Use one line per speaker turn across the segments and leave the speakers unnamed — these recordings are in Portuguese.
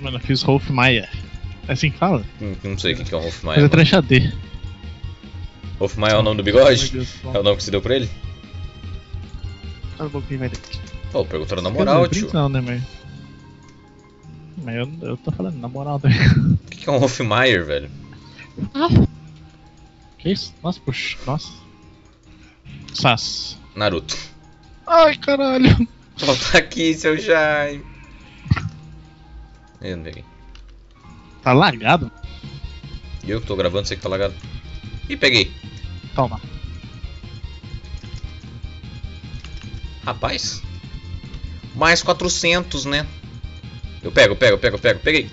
Mano, eu fiz Rolf Maia. É assim que fala?
Hum, Não sei o que que é o Rolf
Mas
Maia.
é
mano.
trancha D.
Rolf Maia é o nome do
Meu
bigode?
Deus,
É o nome que você deu pra ele?
Cala a boquinha, vai daqui.
Pô, perguntaram na
Quer dizer,
moral, tio.
brinco Não, né, mas. Mas eu, eu tô falando na moral né? também.
O que que é um Rolf Maia, velho?
Que isso? Nossa, puxa. Nossa. Sass.
Naruto.
Ai, caralho.
Volta aqui, seu Jaime. é Eu não peguei.
Tá lagado?
E eu que tô gravando, sei que tá lagado. Ih, peguei.
Toma.
Rapaz. Mais 400, né? Eu pego, eu pego, eu pego, eu pego. Peguei.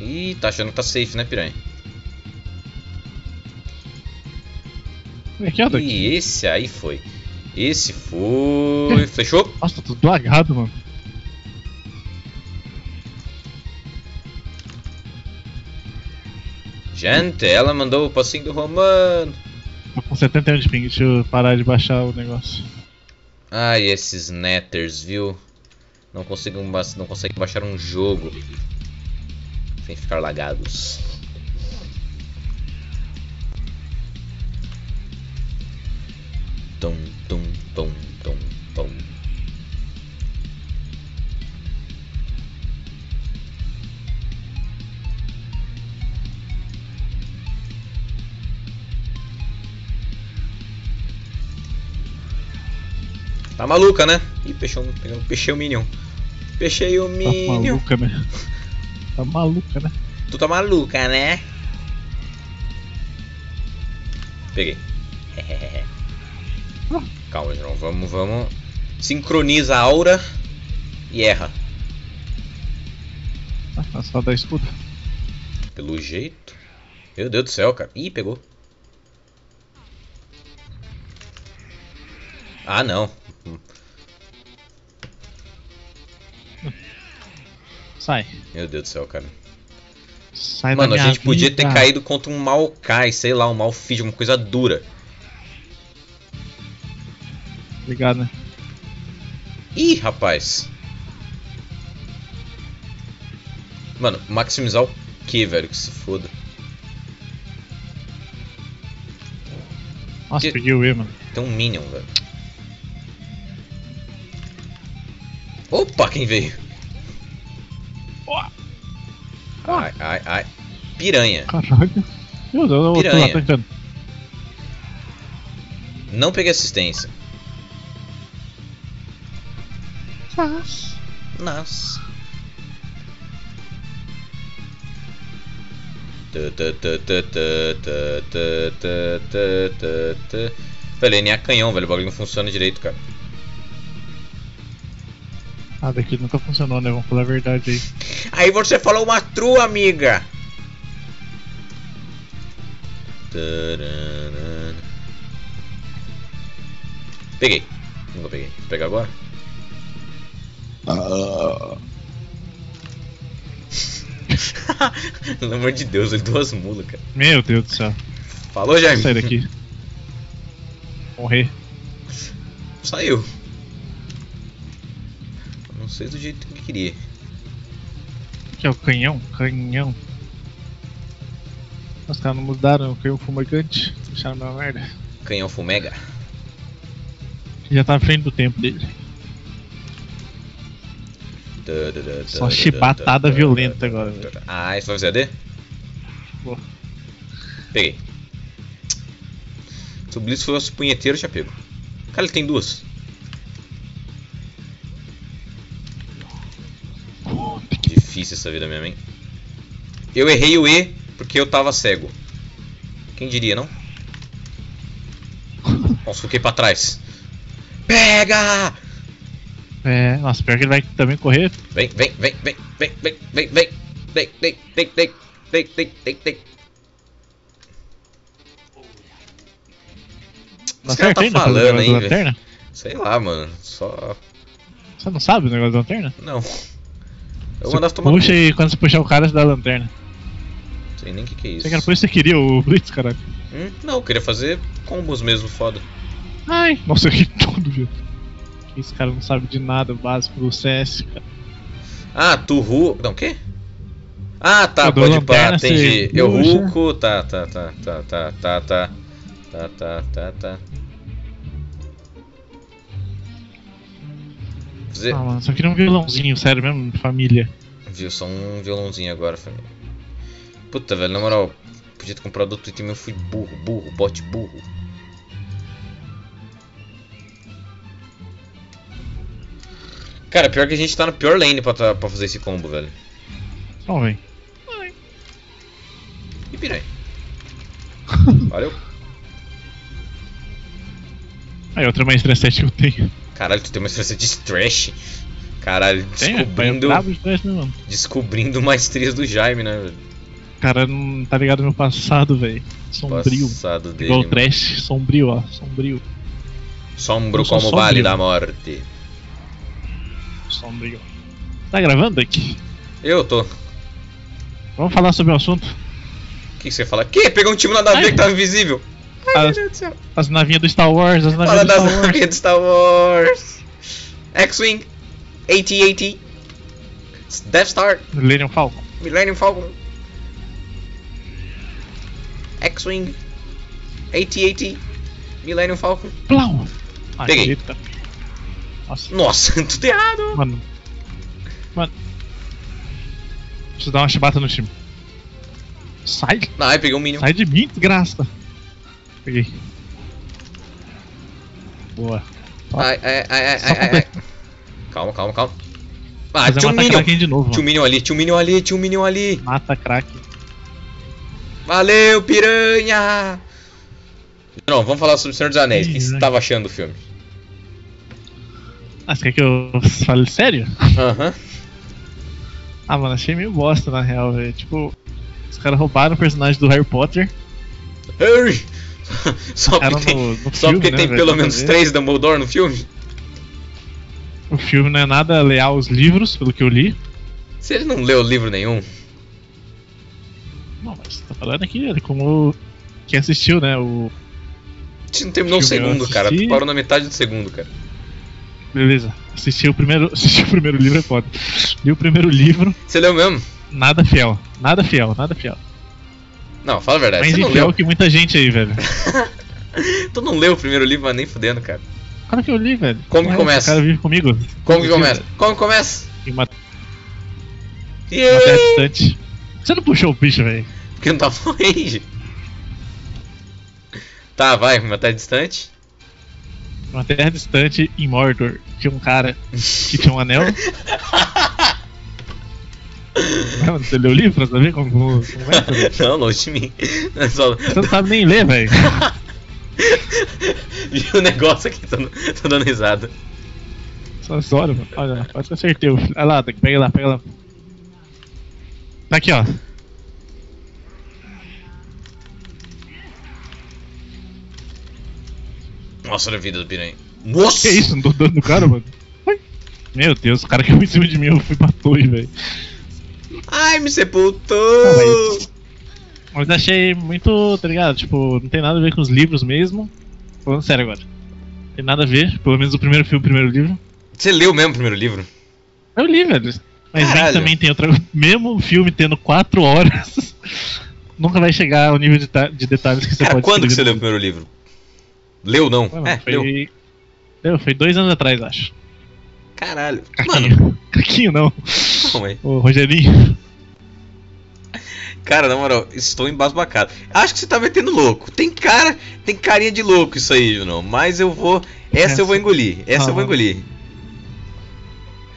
Ih, tá achando que tá safe, né, piranha?
Aqui,
Tá
ó, daqui.
E esse aí foi. Esse foi. Fechou?
Nossa, tá tudo lagado, mano.
Gente, ela mandou o passinho do Romano.
Tô com 71 de ping, deixa eu parar de baixar o negócio.
Ai, esses netters, viu? Não conseguem, ba- não conseguem baixar um jogo sem ficar lagados. Tum, tum, tum, tum, tum. Tá maluca, né? Ih, peixão, pegando, peixei o Minion. Peixei o
Tá
Minion.
maluca, né? Tá maluca, né?
Tu tá maluca, né? Peguei. Calma, João. Vamos, vamos. Sincroniza a aura e erra.
Ah, é só dar escudo.
Pelo jeito. Meu Deus do céu, cara. Ih, pegou. Ah, não.
Sai.
Meu Deus do céu, cara.
Sai da
Mano, a
É minha
gente podia ter
vida.
caído contra um Maokai, sei lá, um Malfid, alguma coisa dura.
Obrigado, né?
Ih, rapaz. Mano, maximizar o que, velho? Que se foda.
Nossa,
Que-
peguei o E, mano.
Tem um Minion, velho. Opa, quem veio?
Ó.
Ai, ai, ai. Piranha.
Caralho. Meu Deus, eu tô
Piranha.
lá, tô entrando.
Não peguei assistência.
Sass.
Nossa. Tã, tã, tã, tã, tã, tã, tã, tã, tã, tã, tã. Velho, ele nem é canhão, velho. O bagulho não funciona direito, cara.
Ah, daqui nunca funcionou, né? Vamos falar a verdade aí.
Aí você falou uma trua, amiga. Tarana. Peguei. Não peguei. Pega agora? Pelo amor de Deus, ele duas mulas, cara.
Meu Deus do céu.
Falou, Jaime.
Sai daqui. Morrer.
Saiu. Não sei do jeito que queria.
Que é o canhão? Canhão. Os caras não mudaram, o canhão fumegante. Deixaram uma merda.
Canhão Fumega.
Já tá à frente do tempo dele. Só chibatada violenta agora, velho.
Ah, isso vai fazer AD?
Vou.
Peguei. Se o Blitz fosse punheteiro, eu tinha pego. Cara, ele tem duas. Difícil essa vida mesmo, hein? Eu errei o E porque eu tava cego. Quem diria, não? Nossa, fiquei pra trás. Pega!
É, nossa, pior que ele vai também correr.
Vem, vem, vem, vem, vem, vem, vem, vem, vem, vem, vem, vem, vem, vem, vem, vem. Os
Lanterna
caras tá
ainda faz o
falando,
negócio da
hein, velho.
lanterna?
Sei lá, mano. Só.
Você não sabe o negócio da lanterna?
Não. Eu
Você
mandava tomar. no
Puxa
cu.
e quando você puxar o cara, você dá a lanterna.
Não sei nem o que, que é isso.
Você que era por isso que você queria o Blitz, caralho.
Hum? Não, eu queria fazer combos mesmo, foda.
Ai, nossa, eu ri tudo, viu? Esse cara não sabe de nada o básico do CS, cara.
Ah, tu ru. Não, o quê? Ah, tá,
Eu dou
pode pá,
lanterna,
entendi.
você
Eu
puxa.
ruco, tá, tá, tá, tá, tá, tá, tá. Tá, tá, tá, tá. Fazer.
Ah, mano, só queria um violãozinho, sério mesmo, família.
Viu, só um violãozinho agora, família. Puta, velho, na moral, podia ter comprado outro item, mas eu fui burro, burro, bote burro. Cara, pior que a gente tá na pior lane pra, tá- pra fazer esse combo, velho.
Só um, vem.
E piranha. Valeu.
Aí, outra mais 37 que eu tenho.
Caralho, tu tem uma experiência de trash. Caralho,
Tem, é, pai, é
descobrindo,
brabo de trás, né, mano?
descobrindo maestrias do Jaime, né, velho?
O cara não tá ligado no meu passado, velho. Sombrio.
Passado dele. né?
Igual o
mano.
trash, sombrio, ó. Sombrio.
Sombro
Eu sou
como o vale
sombrio.
da morte.
Sombrio. Tá gravando aqui?
Eu tô.
Vamos falar sobre o assunto?
O que que você fala? Que? Pegou um time nada a ver
Ai.
que tava invisível. Ai, meu
As,
Deus do céu.
as navinhas do Star Wars, as
Fala
navinhas do
das
Star Wars.
navinhas de Star Wars. X-Wing. AT-AT. Death Star.
Millennium Falcon.
Millennium Falcon. X-Wing. AT-AT. Millennium Falcon.
Plau! Ah,
Peguei.
eita. Nossa,
Nossa, tudo errado.
mano. Mano. Preciso dar uma chibata no time. Sai!
Ai, peguei um Minion.
Sai de mim, desgraça! Peguei. Boa.
Ai, ai, ai, ai,
Só
ai, ai, ai. Calma, calma, calma. É, Ah,
Fazer
tinha um
mata
Minion.
Kraken de novo,
Tinha um
mano.
Minion ali, tinha um Minion ali, tinha um Minion ali.
Mata Kraken.
Valeu, piranha! Não, vamos falar sobre o Senhor dos Anéis. O que você
Piranha.
tava achando do filme?
Ah, você quer que eu fale sério?
Aham.
Ah, mano, achei meio bosta na real, velho. Tipo, os caras roubaram o personagem do Harry Potter.
Ei! Só
Cara,
porque tem,
no- no
só
filme,
porque
né,
tem
velho,
pelo
pra
menos
ver.
três Dumbledore no filme?
O filme não é nada leal aos livros, pelo que eu li.
Se ele não leu livro nenhum.
Não, mas tá falando aqui, ele como quem assistiu, né? O.
A gente não terminou o
Filme eu
segundo, cara. Tu
assisti.
parou na metade do segundo, cara.
Beleza. Assistiu o primeiro. Assistiu o primeiro livro é foda. Li o primeiro livro,
Você leu mesmo?
nada fiel. Nada fiel, nada fiel.
Não, fala a verdade.
Mais
É, Você não
infiel
leu.
então que muita gente aí, velho.
Tu não leu o primeiro livro, mas nem fudendo, cara.
Claro que eu li, velho.
Como que
Mas
começa?
O cara vive comigo.
Como que começa? Como que começa?
Em uma, uma terra
Ih!
é distante. Você não puxou o bicho, velho.
Porque não tava no range. Tá, vai, mas tá distante.
Uma terra distante em Mordor. Tinha um cara que tinha um anel. Não, você leu o livro pra saber como, como é? velho?
Não, longe de mim. É só-
Você não sabe nem ler, velho.
Vi o negócio aqui, tô, tô dando risada.
Só história, mano. Olha lá, quase que eu acertei. o filho. Olha lá, tem que- pega lá, pega lá. Tá aqui, ó.
Nossa, olha a vida do piranha. Nossa!
Que isso? Não tô dando no cara, mano. Ai. Meu Deus, o cara caiu em cima de mim, eu fui pra torre, velho.
Ai, me
Ah,
sepultou!
mas- Mas achei muito, tá ligado? Tipo, não tem nada a ver com os livros mesmo. Falando sério agora. Não tem nada a ver, pelo menos o primeiro filme, o primeiro livro.
Você leu mesmo o primeiro livro?
Eu li, velho. Mas bem
Caralho.
que também tem outra. Mesmo o filme tendo 4 horas, nunca vai chegar ao nível de, ta- de detalhes que você
Cara,
pode
quando que você
escrever.
leu o primeiro livro? Leu não?
Foi, mano,
é, leu.
foi... Deu, foi dois anos atrás, acho.
Caralho. Mano,
Caquinho. Caquinho não.
não, é.
O Rogerinho.
Cara, na moral, estou embasbacado. Acho que você tá metendo louco. Tem cara, tem carinha de louco isso aí, Junão. Mas eu vou. Essa, eu vou
Essa-
engolir. Essa eu vou
Ah.
engolir.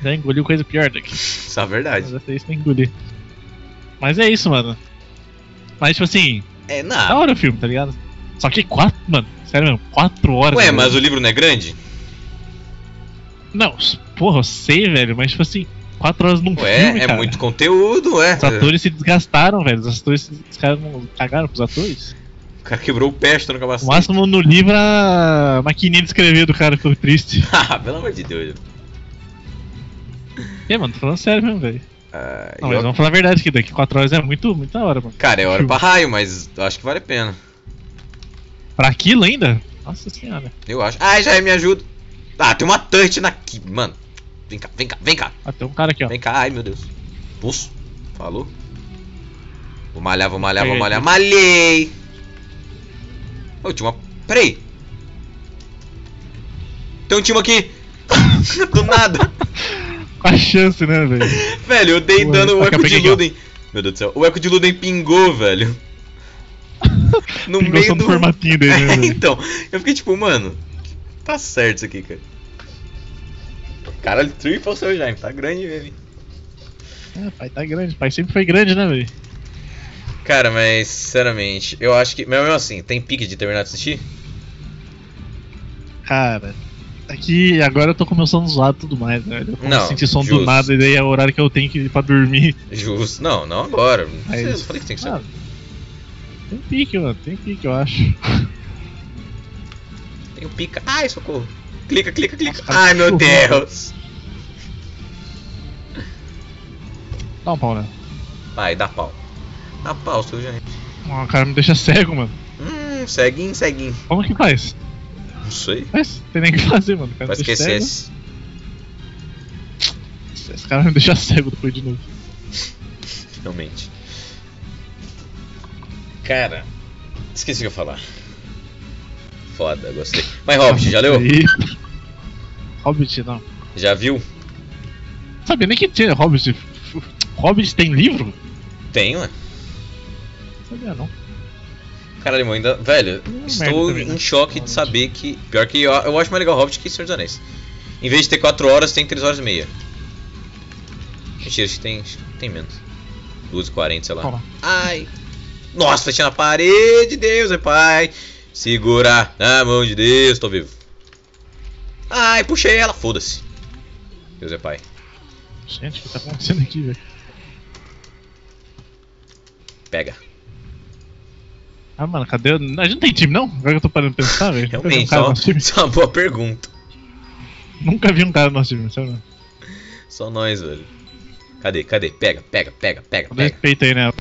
Já engoliu coisa pior daqui.
Isso é a
Mas
verdade.
essa aí você tem que engolir. Mas é isso, mano. Mas tipo assim,
É,
da
nada.
hora o filme, tá ligado? Só que quatro, mano, sério mesmo, quatro horas.
Ué,
velho.
mas o livro não é grande?
Não, s- porra, eu sei, velho, mas tipo assim, quatro horas num
Ué,
filme,
é
cara.
muito conteúdo, é.
Os atores se desgastaram, velho. Os atores se os caras não cagaram pros atores.
O cara quebrou o pé chutando com a
O
bastante.
máximo no livro a maquininha de escrever do cara ficou triste.
Ah, pelo amor de Deus.
É, mano, tô falando sério mesmo, velho.
Ah,
Não,
e
mas
ó-
vamos falar a verdade que daqui quatro horas é muito, muito da hora, mano.
Cara, é hora pra raio, mas eu acho que vale a pena.
Pra aquilo ainda? Nossa senhora.
é, Ah, Eu acho. Ai, Jair, me ajuda. Ah, tem uma touch na. Ki- Mano, Vem cá, vem cá, vem cá.
Ah, tem um cara aqui, ó.
Vem cá, ai meu Deus. Pulso. Falou. Vou malhar, vou malhar, vou
Peguei.
malhar. Malhei! Ô, tinha uma. Peraí! Tem um time aqui! Do nada!
Com a chance, né, velho?
velho, eu dei
Ué, é
dano o
acabei
eco de
aqui, ó.
Luden. Meu Deus do céu, o eco de Luden pingou, velho. No
Pingou só
meio
no
do.
formatinho dele, né,
É,
velho?
então, eu fiquei tipo, mano, tá certo isso aqui, cara. Caralho, triple seu Jaime, tá grande mesmo. hein?
Ah, pai tá grande. Pai sempre foi grande, né, velho?
Cara, mas sinceramente, eu acho que. Mas mesmo assim, tem pique de terminar de assistir?
Cara, aqui agora eu tô começando a zoar tudo mais, velho. Eu começo
Não,
a sentir som
justo.
do nada e daí é o horário que eu tenho que ir pra dormir.
Justo. Não, não agora. Não
Aí
sei, eu
eles-
falei que tem que ser.
Ah, tem pique, mano. Tem pique, eu acho.
Tem o pica. Ai, socorro. Clica, clica, clica.
Nossa, cara,
Ai, meu
que horror.
Deus.
Dá um pau, né?
Vai, dá pau. Dá pau, seu Jaime.
Ah, O cara me deixa cego, mano.
Hum, ceguinho, ceguinho.
Como que faz?
Não sei.
Mas tem nem o que fazer, mano. O cara
Vai
me deixa
esquecer
cego.
esse.
Esse cara me deixa cego depois de novo.
Realmente. Cara, esqueci o que eu ia falar. Foda, gostei. Mas Hobbit, já leu?
E- Hobbit, não.
Já viu?
Sabia nem que tinha Hobbit. Hobbit tem livro?
Tem, ué.
Sabia não.
Caralho, eu ainda. Velho,
Hum, merda
estou
também, né?
em choque de saber que. Pior que eu, eu acho mais legal Hobbit que Senhor dos Anéis. Em vez de ter 4 horas, tem 3 horas e meia. Mentira, acho que tem, acho que tem menos. 2 e 40, sei lá.
Toma.
Ai! Nossa, fechei na parede, Deus é pai! Segura na mão de Deus, tô vivo. Ai, puxei ela, foda-se. Deus é pai.
Gente, o que tá acontecendo aqui, velho?
Pega.
Ah, mano, cadê? o- A gente não tem time, não? Agora que eu tô parando de pensar, velho. Nunca vi um
Realmente,
cara
só,
no nosso time.
só uma boa pergunta.
Nunca vi um cara no nosso time, sabe? mano?
Só nós, velho. Cadê, cadê? Pega, pega, pega, pega,
Todo
pega.
respeito aí, né?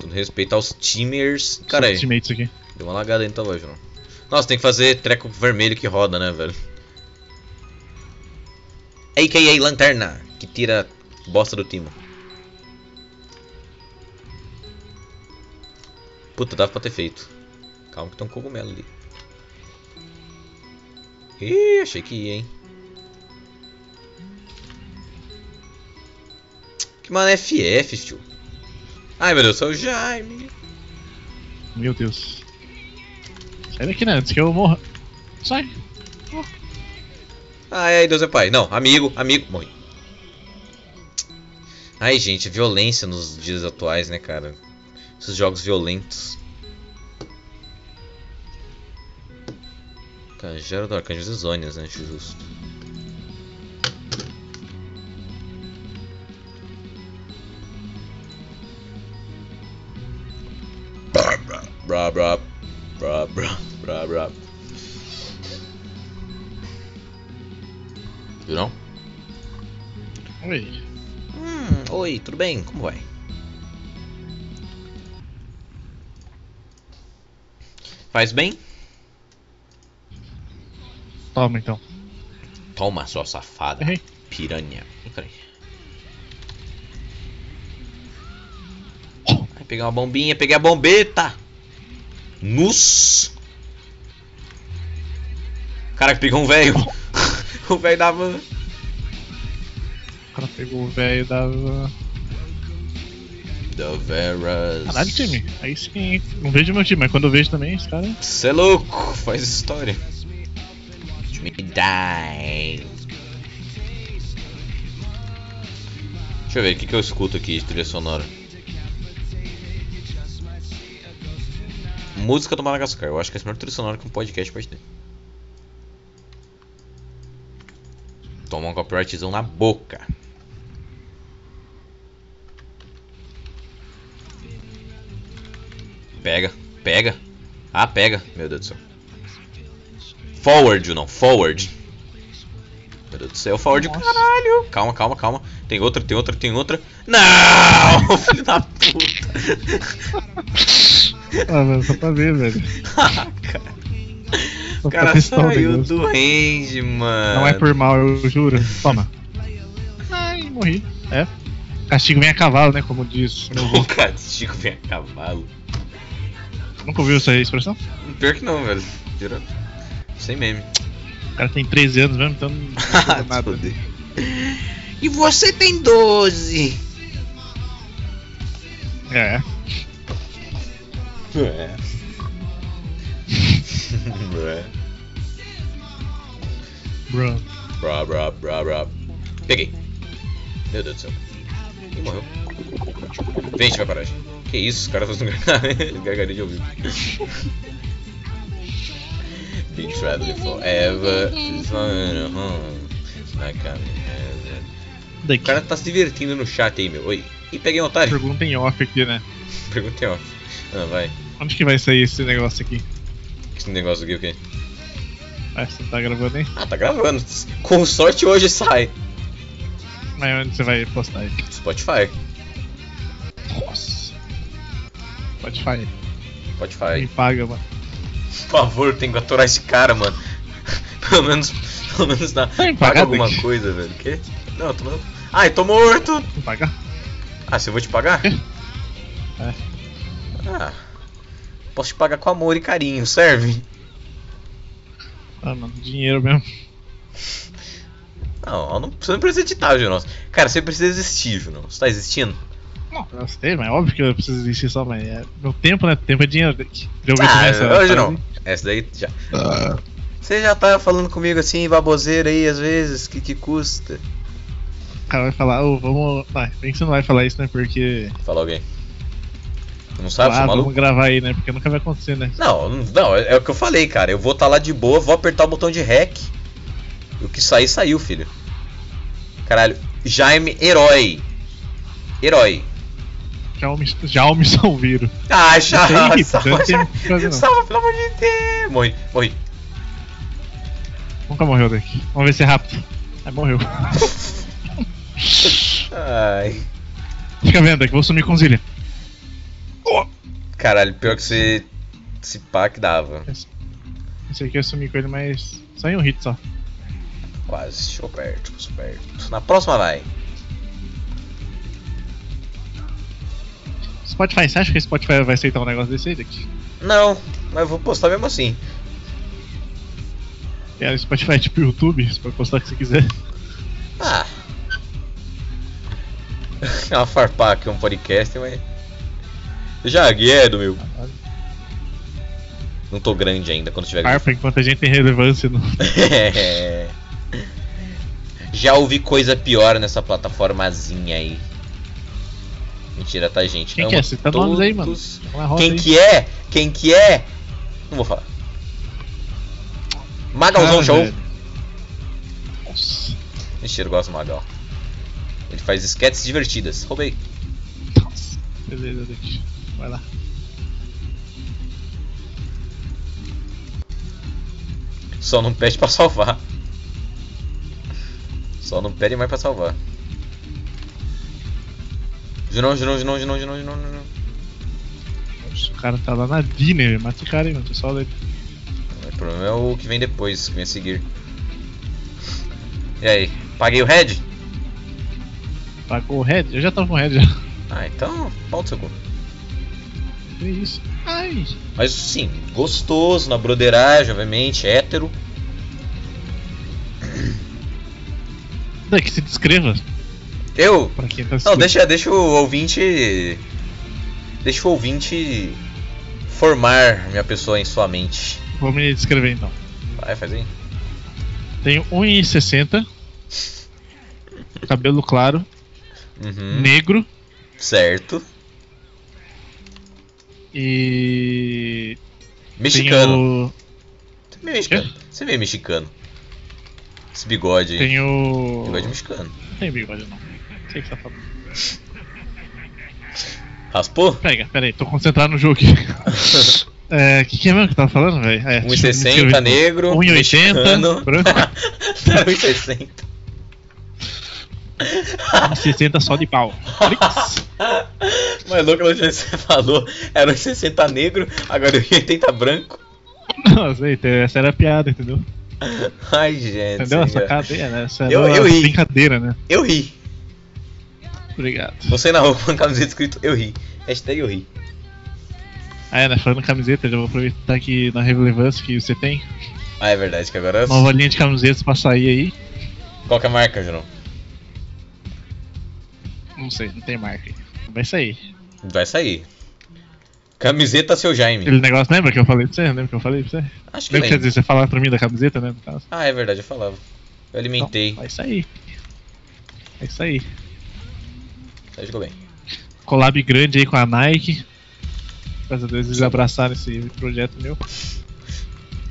Todo respeito aos timers. Cara,
os teammates aqui.
deu uma lagada aí no tabuleiro, João. Nossa, tem que fazer treco vermelho que roda, né, velho? AKA Lanterna, que tira bosta do timo. Puta, dava pra ter feito. Calma que tem um cogumelo ali. Ih, achei que ia, hein. Que mano é FF, tio. Ai, meu Deus, sou o Jaime.
Meu Deus. Sai daqui, né? Antes que eu morra. Sai.
Ai, Deus é pai. Não, amigo, amigo, morre. Ai, gente, violência nos dias atuais, né, cara? Esses jogos violentos. Cajero do Arcanjo Zônias, né? Acho justo. Brá, brá, brá, brá, brá, brá. Viu não?
Oi.
Hum, oi, tudo bem? Como vai? Faz bem?
Toma então.
Toma, sua safada.
Errei.
Piranha. Ih, peraí. Ai, peguei uma bombinha, peguei a bombeta! Nus! Caraca, pegou um velho! o velho da van.
O cara pegou o velho da.
The Veras.
Caralho, time. Aí sim, hein? Não vejo meu time, mas quando eu vejo também, esse cara.
Cê é louco, faz história. Me die. Deixa eu ver o que, que eu escuto aqui de trilha sonora. Música do Madagascar, eu acho que é a melhor trilha sonora que um podcast pode ter. Toma um copyrightzão na boca. Pega, pega. Ah, pega. Meu Deus do céu. Forward, não. Forward. Meu Deus do céu, forward.
Nossa.
Caralho. Calma, calma, calma. Tem outra, tem outra, tem outra. Não! Filho da puta.
Ah, mano, só pra ver, velho.
Ah, cara.
Só
O
pra
cara
testar o
saiu
negócio. é
do range, mano.
Não é por mal, eu juro. Toma. e morri. É. Castigo vem a cavalo, né? Como diz. meu avô.
O castigo vem a cavalo.
Nunca ouviu essa expressão?
Pior que não, velho. Juro. Sem meme.
O cara tem 13 anos mesmo, então. não
Ah,
entendeu
te
nada.
fuder. E você tem 12.
É.
É. É.
Bro.
Brá, brá, brá, brá. Peguei. Meu Deus do céu. Ih, morreu. Vem, vai parar. Que isso, os caras estão fazendo gargarejo de ouvido. Been traveling forever. it's not home, not coming ever.
Daqui.
é, O cara tá se divertindo no chat aí, meu. Oi. Ih, peguei um otário.
Pergunta em off aqui, né?
Perguntei, ó. Ah, vai.
Onde que vai sair esse negócio aqui?
Esse negócio aqui, o quê?
Ah, você não tá gravando aí?
Ah, tá gravando. Com sorte hoje sai.
Mas onde você vai postar aí?
Spotify.
Nossa. Spotify.
Spotify.
Me paga, mano.
Por favor, tem que aturar esse cara, mano. Pelo menos, pelo menos dá,
Tá
paga
empacado
alguma
aqui.
coisa, velho. Quê? Não, eu tô maluco. Ai, tô morto!
Me pagar?
Ah, se eu vou te pagar?
É.
Ah. Posso te pagar com amor e carinho, serve?
Ah, mano, dinheiro mesmo.
Não, eu não, você não precisa editar, Jonas. Cara, você precisa existir, Jonas. Você tá existindo?
Não, eu sei, mas é óbvio que eu preciso existir só, mas é... meu tempo, né? Tempo é dinheiro. Pra eu ver
Ah,
também essa
hoje não.
frase.
Essa daí já.
Ah.
Você já tá falando comigo assim, baboseira aí, às vezes, que, que custa?
O cara vai falar, ô, vamos. Ah, bem que você não vai falar isso, né? Porque.
Fala alguém. Não sabe,
ah,
sou maluco?
vamos gravar aí, né? Porque nunca vai acontecer, né?
Não, não, é é o que eu falei, cara. Eu vou estar lá de boa, vou apertar o botão de hack. E o que sair, saiu, filho. Caralho, Jaime, herói. Herói.
Já o, me- já o me salviram.
Ah, já.
Não tem,
Salva,
não tem
já-
o que fazer, não.
salva, pelo amor de Deus. Morri, morri.
Nunca morreu daqui. Vamos ver se é rápido. Aí morreu.
Ai.
Fica vendo, daqui vou sumir com Zilha.
Caralho, pior que você. Esse pá que dava.
Esse aqui eu sumi com ele, mas. Só em um hit só.
Quase. Chegou perto, chegou perto. Na próxima vai.
Spotify, você acha que o Spotify vai aceitar um negócio desse aí daqui?
Não, mas eu vou postar mesmo assim.
É, o Spotify é tipo YouTube, você pode postar o que você
É
quiser.
Ah. É uma farpaca, é um podcast, mas. Já guedo, meu. Não tô grande ainda quando tiver grande.
Harpa, enquanto a gente tem relevância no.
É. Já ouvi coisa pior nessa plataformazinha aí. Mentira, tá, gente?
Quem
Amo
que é? Cita nomes aí, mano.
todos.
Vai lá, roda
Quem
aí.
que é? Quem que é? Não vou falar. Magalzão
Ah,
show.
velho. Nossa.
Mentira, eu gosto do Magal. Ele faz esquetes divertidas. Roubei.
Nossa. Beleza, daqui. Vai lá.
Só não pede pra salvar. Só não pede mais pra salvar. Junão, Junão, Junão, Junão, Junão, Junão, Junão.
Nossa, o cara tá lá na Disney, velho. mata esse cara aí, mano. Pessoal dele.
O problema é o que vem depois, que vem a seguir. E aí, paguei o head?
Pagou o head? Eu já tava com o head já.
Ah, então, pau do seu cu.
Que É isso? Ai.
Mas sim, gostoso, na broderagem, obviamente, hétero.
Daqui é se descreva
Eu?
pra quem tá
Não,
assistindo.
deixa, deixa o ouvinte. Deixa o ouvinte formar minha pessoa em sua mente.
Vou me descrever então.
Vai, faz aí.
Tenho 1,60. Cabelo claro,
Uhum.
negro
Certo.
e. Tenho.
Mexicano. Você é meio mexicano. Você é meio mexicano. Esse bigode aí.
Tenho.
Bigode mexicano.
Não tem bigode não. Não sei o que você tá falando.
Raspou?
Pega, pera aí, tô concentrado no jogo aqui. É, que que é mesmo que eu tava falando, velho? É, tipo,
1,60 negro.
1,80,
mexicano.
branco,
Tá 1,60.
1,60 só de pau. Flix.
Mas louco, pelo jeito que você falou, era 1,60 negro, agora é 1,80 branco.
Não sei, te- essa era a piada, entendeu?
Ai, gente.
Entendeu?
é
Essa
engra-
sacada aí, né? Essa era
Eu- eu
a
ri.
brincadeira, né?
Eu ri.
Obrigado.
Vou sair na rua com uma camiseta escrito Eu Ri. Hashtag Eu Ri.
Ah, é, né? Falando em camiseta, já vou aproveitar aqui na relevância que você tem.
Ah, é verdade, que agora...
Nova linha de camisetas pra sair aí.
Qual que é a marca, João?
Não sei, não tem marca. aí. Vai sair.
Vai sair. Camiseta Seu Jaime.
Aquele negócio, lembra que eu falei pra você? Lembra que eu falei pra você?
Acho que
Lembra, quer
lembro.
dizer, você falava pra mim da camiseta, né? No caso.
Ah, é verdade, eu falava. Eu
Então,
alimentei.
vai sair. Vai sair.
Aí ficou bem.
Collab grande aí com a Nike. Graças a Deus eles abraçaram esse projeto meu.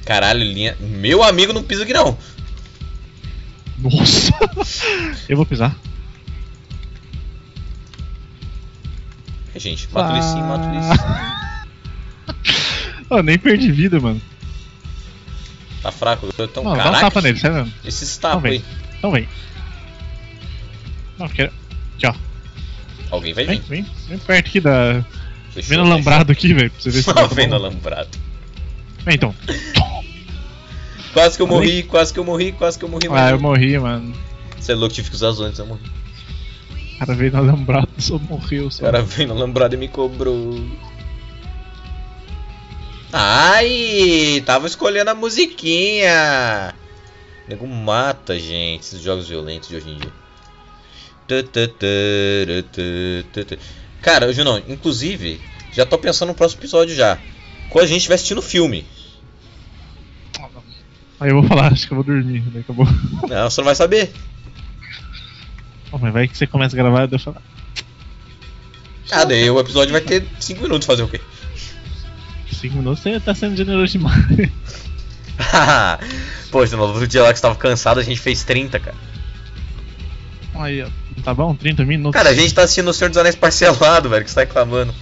Caralho, linha... Meu amigo não pisa aqui não.
Nossa! Eu vou pisar.
É, gente, mato ele sim, mato ele sim.
Ah. Ó, Ah, nem perdi vida, mano.
Tá fraco. Então,
Não, dá um
caraca,
tapa nele, sai mesmo.
esses
Então
tapas
vem.
aí.
Então vem. Não, quero. Aqui, ó.
Alguém vai
Vem,
vir.
vem. Vem perto aqui da.
Fechou,
Vem no
fechou.
alambrado aqui, velho. Pra você ver se
Só
vai tomar
vem no
um.
alambrado.
Vem então.
Quase que eu
Falei.
morri, quase que eu morri, quase que eu morri.
Ah, eu
mano.
morri, mano.
Você é louco, tive que usar as antes, eu morri.
O cara veio no alambrado, só morreu.
O
Só.
cara veio na lambrada e me cobrou. Ai, tava escolhendo a musiquinha. O nego mata, gente, esses jogos violentos de hoje em dia. Tã, tã, tã, tã, tã, tã. Cara, Junão, inclusive, já tô pensando no próximo episódio já. Quando a gente vai assistindo filme.
Aí eu vou falar, acho que eu vou dormir. Daí acabou.
Não, você não vai saber.
Pô, mas vai que você começa a gravar, daí eu falo.
Ah, daí o episódio vai ter 5 minutos fazer o quê?
5 minutos você tá sendo generoso demais.
Pô, Junão, outro dia lá que você tava cansado, a gente fez 30, cara.
Aí, ó. Tá bom? 30 minutos.
Cara, a gente tá assistindo O Senhor dos Anéis parcelado, velho, que você tá reclamando.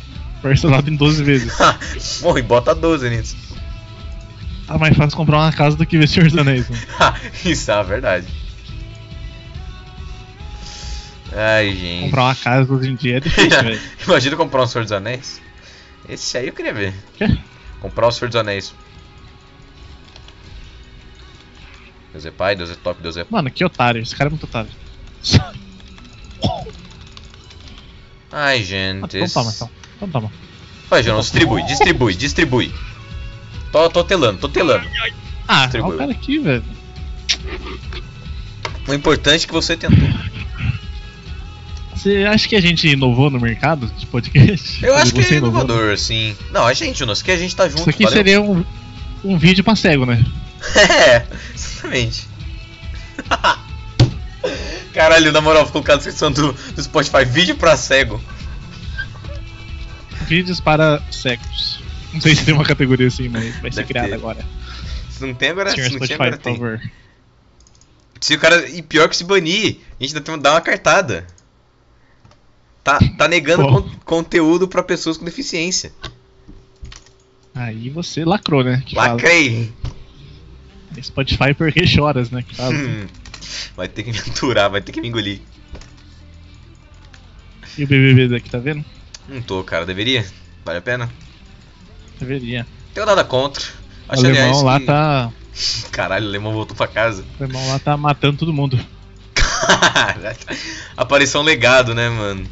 Parcelado em 12 vezes.
Bom, e bota 12 nisso.
Tá mais fácil comprar uma casa do que ver Senhor dos Anéis. Mano.
Isso é a verdade. Ai, gente.
Comprar uma casa hoje em dia é difícil, velho.
Imagina comprar um Senhor dos Anéis. Esse aí eu queria ver.
Quê?
Comprar o Senhor dos Anéis. Deus é pai, Deus é top, Deus é.
Mano, que otário. Esse cara é muito otário.
Ai,
Ah,
gente.
então toma, então. Então toma.
Vai, Jonas, distribui, distribui, distribui. Tô, tô telando, tô telando.
Ah, olha
Distribuiu.
o cara aqui, velho.
O importante é que você tentou.
Você acha que a gente inovou no mercado de podcast?
Eu acho que
Você
é
inovou?
inovador, sim. Não, a gente, Jonas, que a gente tá junto.
Isso aqui
valeu.
seria um, um vídeo pra cego, né?
É, exatamente. Caralho, na moral, um vou colocar na descrição do, do Spotify vídeo pra cego.
Vídeos para cegos. Não sei se tem uma categoria assim, mas vai ser
Deve
criada
ter.
agora.
Se não tem agora,
Senhor
se não
Spotify,
tinha agora
por
tem.
favor.
Se o cara. E pior que se banir, a gente ainda tem que dar uma cartada. Tá, tá negando
Bom.
con- conteúdo pra pessoas com deficiência.
Aí você lacrou, né? Que fala.
Lacrei.
Spotify porque choras, né? Que fala.
Hum. Vai ter que me aturar, vai ter que me engolir.
E o BBB daqui, tá vendo?
Não tô, cara, deveria? Vale a pena?
Deveria.
Tenho nada contra.
O alemão lá
que-
tá.
Caralho, o alemão voltou pra casa.
O alemão lá tá matando todo mundo.
Caralho. Aparição legado, né, mano?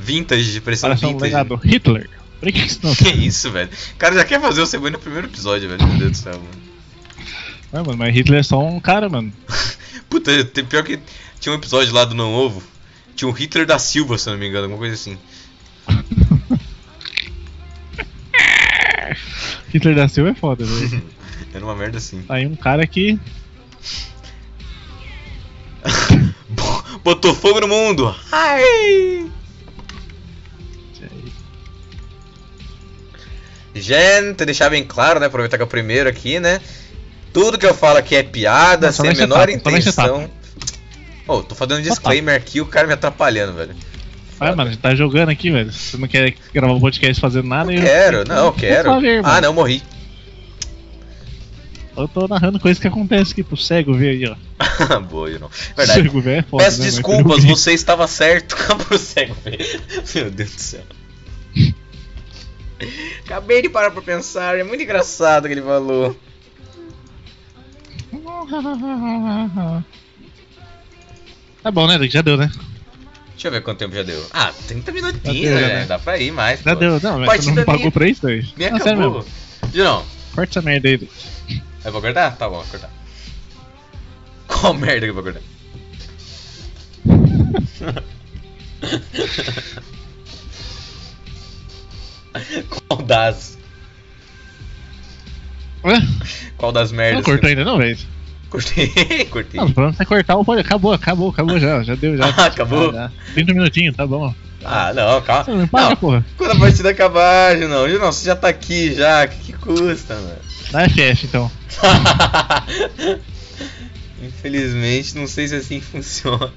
Vintage, aparição
Para ser um
vintage.
legado. Hitler. Por que isso não?
Que isso, velho? O cara já quer fazer o Cebolinha no primeiro episódio, velho. Meu Deus do céu, mano.
Ah, mano, mas Hitler é só um cara, mano.
Puta, tem- pior que tinha um episódio lá do Não Ovo. Tinha um Hitler da Silva, se eu não me engano, alguma coisa assim.
Hitler da Silva é foda, velho.
Era uma merda assim.
Aí um cara que.
Bo- Botou fogo no mundo! Ai! Gente, deixar bem claro, né? Aproveitar que é o primeiro aqui, né? Tudo que eu falo aqui é piada,
Não, só
sem a
mexe a
menor
tapa, só mexe a
intenção. Ô, tô fazendo um
tapa.
disclaimer aqui e o cara me atrapalhando, velho.
Ah, mano, a gente tá jogando aqui, velho. Você não quer gravar um podcast fazendo nada? eu-
Quero, não, quero.
Vamos ver,
Ah,
mano.
não, morri.
Eu tô narrando coisas que acontecem aqui pro cego ver aí, ó.
Boa, não. Verdade.
Cego ver é foda,
Peço
né, mas
desculpas,
tudo bem.
você estava certo. Prossegue, velho. Meu Deus do céu. Acabei de parar pra pensar, é muito engraçado o que ele falou.
Tá bom, né? Já deu, né?
Deixa eu ver quanto tempo já deu. Ah, 30
Já
minutinhos,
deu, já
né?
deu.
Dá pra ir mais.
Já
pô.
deu, não, mas tu
Partida
não pagou
minha-
pra isso aí?
Me
Não, sério
acabou.
mesmo.
De novo.
Corta essa merda aí.
Eu vou cortar? Tá bom, vou cortar. Qual merda que é eu vou cortar? Qual das.
Ué?
Qual das merdas?
Não
que-
cortou ainda não, velho.
Cortei, cortei.
Não, vamos cortar o pode. Acabou, acabou, acabou já. Já deu, já.
Ah, acabou?
Já, já. 30 minutinhos, tá bom.
Ah, não, calma.
Não, para, porra.
Quando a partida acabar, Junão, Junão, você já tá aqui já, que, que custa, mano?
Dá FF então.
Infelizmente, não sei se assim funciona.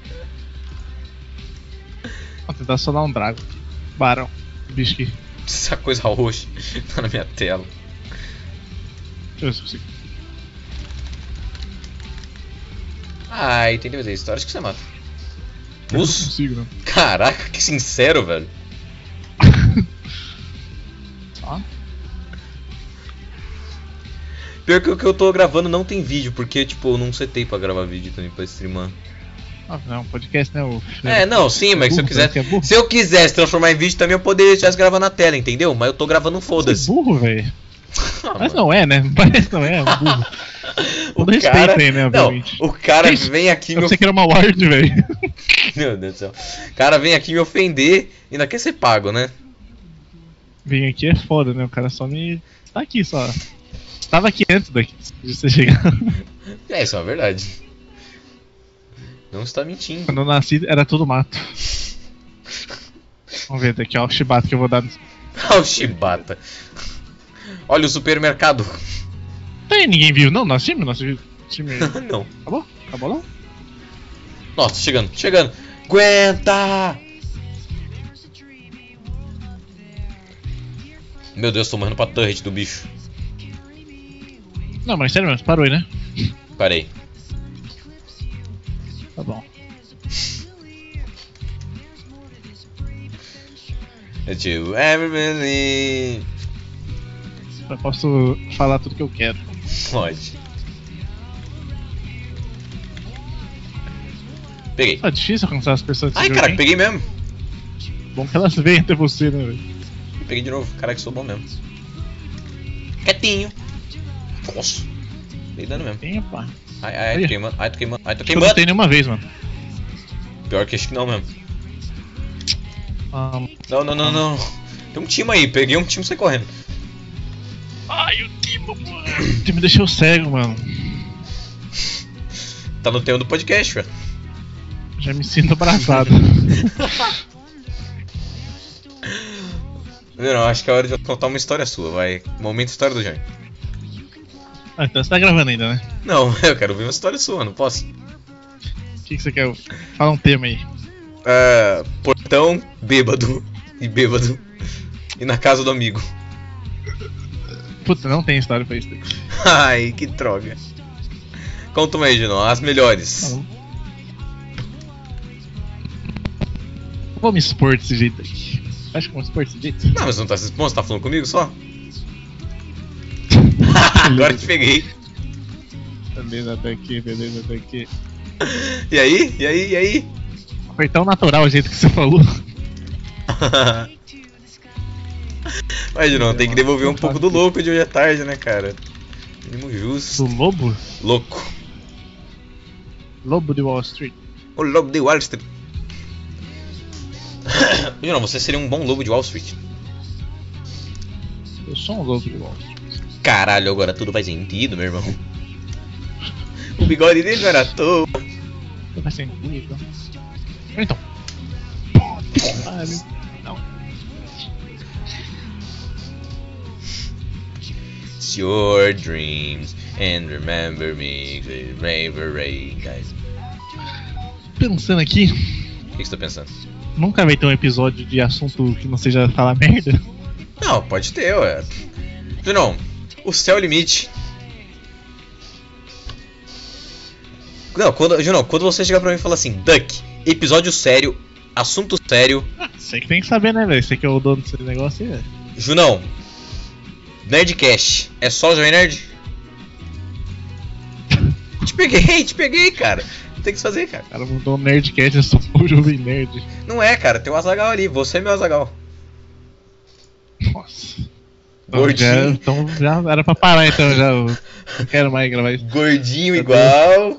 Vou tentar solar um drago. Barão. Bicho aqui.
Essa coisa roxa tá na minha tela.
Deixa eu ver se eu consigo.
Ai, tem que fazer isso. Acho que você mata.
Eu não
Us,
consigo, não.
caraca, que sincero, velho.
Só.
Pior que o que eu tô gravando não tem vídeo, porque, tipo, eu não setei pra gravar vídeo também pra streamar.
Ah, não, podcast, né? O...
É, não, sim, mas se eu
burro,
quisesse.
parece que é burro.
Se eu quisesse transformar em vídeo também, eu poderia estar gravando na tela, entendeu? Mas eu tô gravando um
Que
foda-se.
é burro, velho.
Ah,
Mas
mano.
não é, né? Parece que não é, é um burro. todo respeito aí, né,
não,
obviamente.
o cara
Isso.
vem aqui
Eu
me
pensei que era uma ward, velho.
Meu Deus do céu. O cara vem aqui me ofender e ainda quer ser pago, né?
Vim aqui é foda, né? O cara só me. Tá aqui só. Tava aqui antes daqui, de você chegar.
É, isso é uma verdade. Não está mentindo.
Quando eu nasci era tudo mato. Vamos ver daqui, ó, o chibato que eu vou dar. Tá nesse-
Olha o Shibata. Olha o supermercado.
Tem ninguém vivo, não? Nosso time? Nosso time.
Não.
Acabou? Acabou não?
Nossa, chegando, chegando. Aguenta! Meu Deus, tô morrendo pra turret do bicho.
Não, mas sério mesmo, parou aí, né?
Parei.
Tá bom.
That you ever believe.
Eu posso falar tudo que eu quero.
Pode. Peguei.
Ah, difícil alcançar as pessoas desse
Ai,
jogo,
caraca,
hein?
peguei mesmo.
Bom que elas veem até você, né, velho?
Peguei de novo. Caraca, sou bom mesmo. Quietinho. Nossa. Dei dano mesmo.
Tem, pá.
Ai, ai, ai,
Olha.
tô queimando. Ai, tô queimando. Ai, tô
Eu não
queimando.
tenho nenhuma vez, mano.
Pior que acho que não mesmo.
Ah,
Não, não, não, não. Tem um time aí. Peguei um time e saí correndo.
Ai, o Timo, mano. O Timo deixou cego, mano.
Tá no tema do podcast, velho.
Já me sinto abraçado.
Não, acho que é hora de eu contar uma história sua, vai. Momento história do Johnny.
ah, então você tá gravando ainda, né?
Não, eu quero ouvir uma história sua, não posso.
O que, que você quer? Fala um tema aí.
Ah, portão, bêbado e bêbado. E na casa do amigo.
Puta, não tem história pra isso daqui.
Ai, que droga. Conta uma aí, Gino, as melhores.
Não. Vou me expor desse jeito aqui. Acho que vou me expor desse jeito.
Não, mas não tá se expondo, você tá falando comigo só? Agora te peguei.
Beleza até aqui, beleza até aqui.
E aí? E aí? E aí?
Foi tão natural o jeito que você falou.
Mas, Gino, tem que devolver um pouco do louco de hoje à tarde, né, cara? Mínimo
Do
justo.
lobo?
Louco.
Lobo de Wall Street.
O lobo de Wall Street. Gino, você seria um bom lobo de Wall Street.
Eu sou um lobo de Wall Street.
Caralho, agora tudo faz sentido, meu irmão. O bigode dele não era à toa.
Não faz sentido. Então. Caralho. Não.
It's your dreams and remember me, Raver Ray, guys.
Pensando aqui,
O que que você tá pensando?
nunca vai ter um episódio de assunto que não seja falar merda.
Não, pode ter, ué. Não, o céu é o limite. Não, quando, Junão, quando você chegar pra mim e falar assim, Duck, episódio sério, assunto sério,
Ah, Você que tem que saber, né, velho? Você que é o dono desse negócio aí, velho.
Junão, Nerdcast, é só o Jovem Nerd? Te peguei, te peguei, cara. tem que fazer, cara.
O cara mudou um Nerdcast, eu sou um jovem nerd.
Não é, cara, tem o Azagal ali, você é meu Azagal.
Nossa. Então, já-
Gordinho,
então já era pra parar, então já. eu Não quero mais gravar isso.
gordinho igual.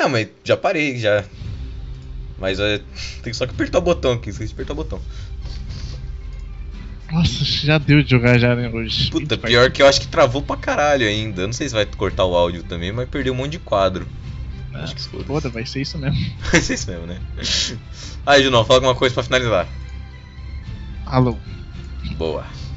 Não, mas já parei, já. Mas é, tem só que apertar o botão aqui, esqueci de apertar o botão.
Nossa, já deu de jogar já, né, hoje.
Puta,
Eita,
pior que eu acho que travou pra caralho ainda. Eu não sei se vai cortar o áudio também, mas perdeu um monte de quadro.
Ah,
acho que se foda.
Foda, vai ser isso mesmo.
Vai ser isso mesmo, né? Aí, Junão, fala alguma coisa pra finalizar.
Alô.
Boa.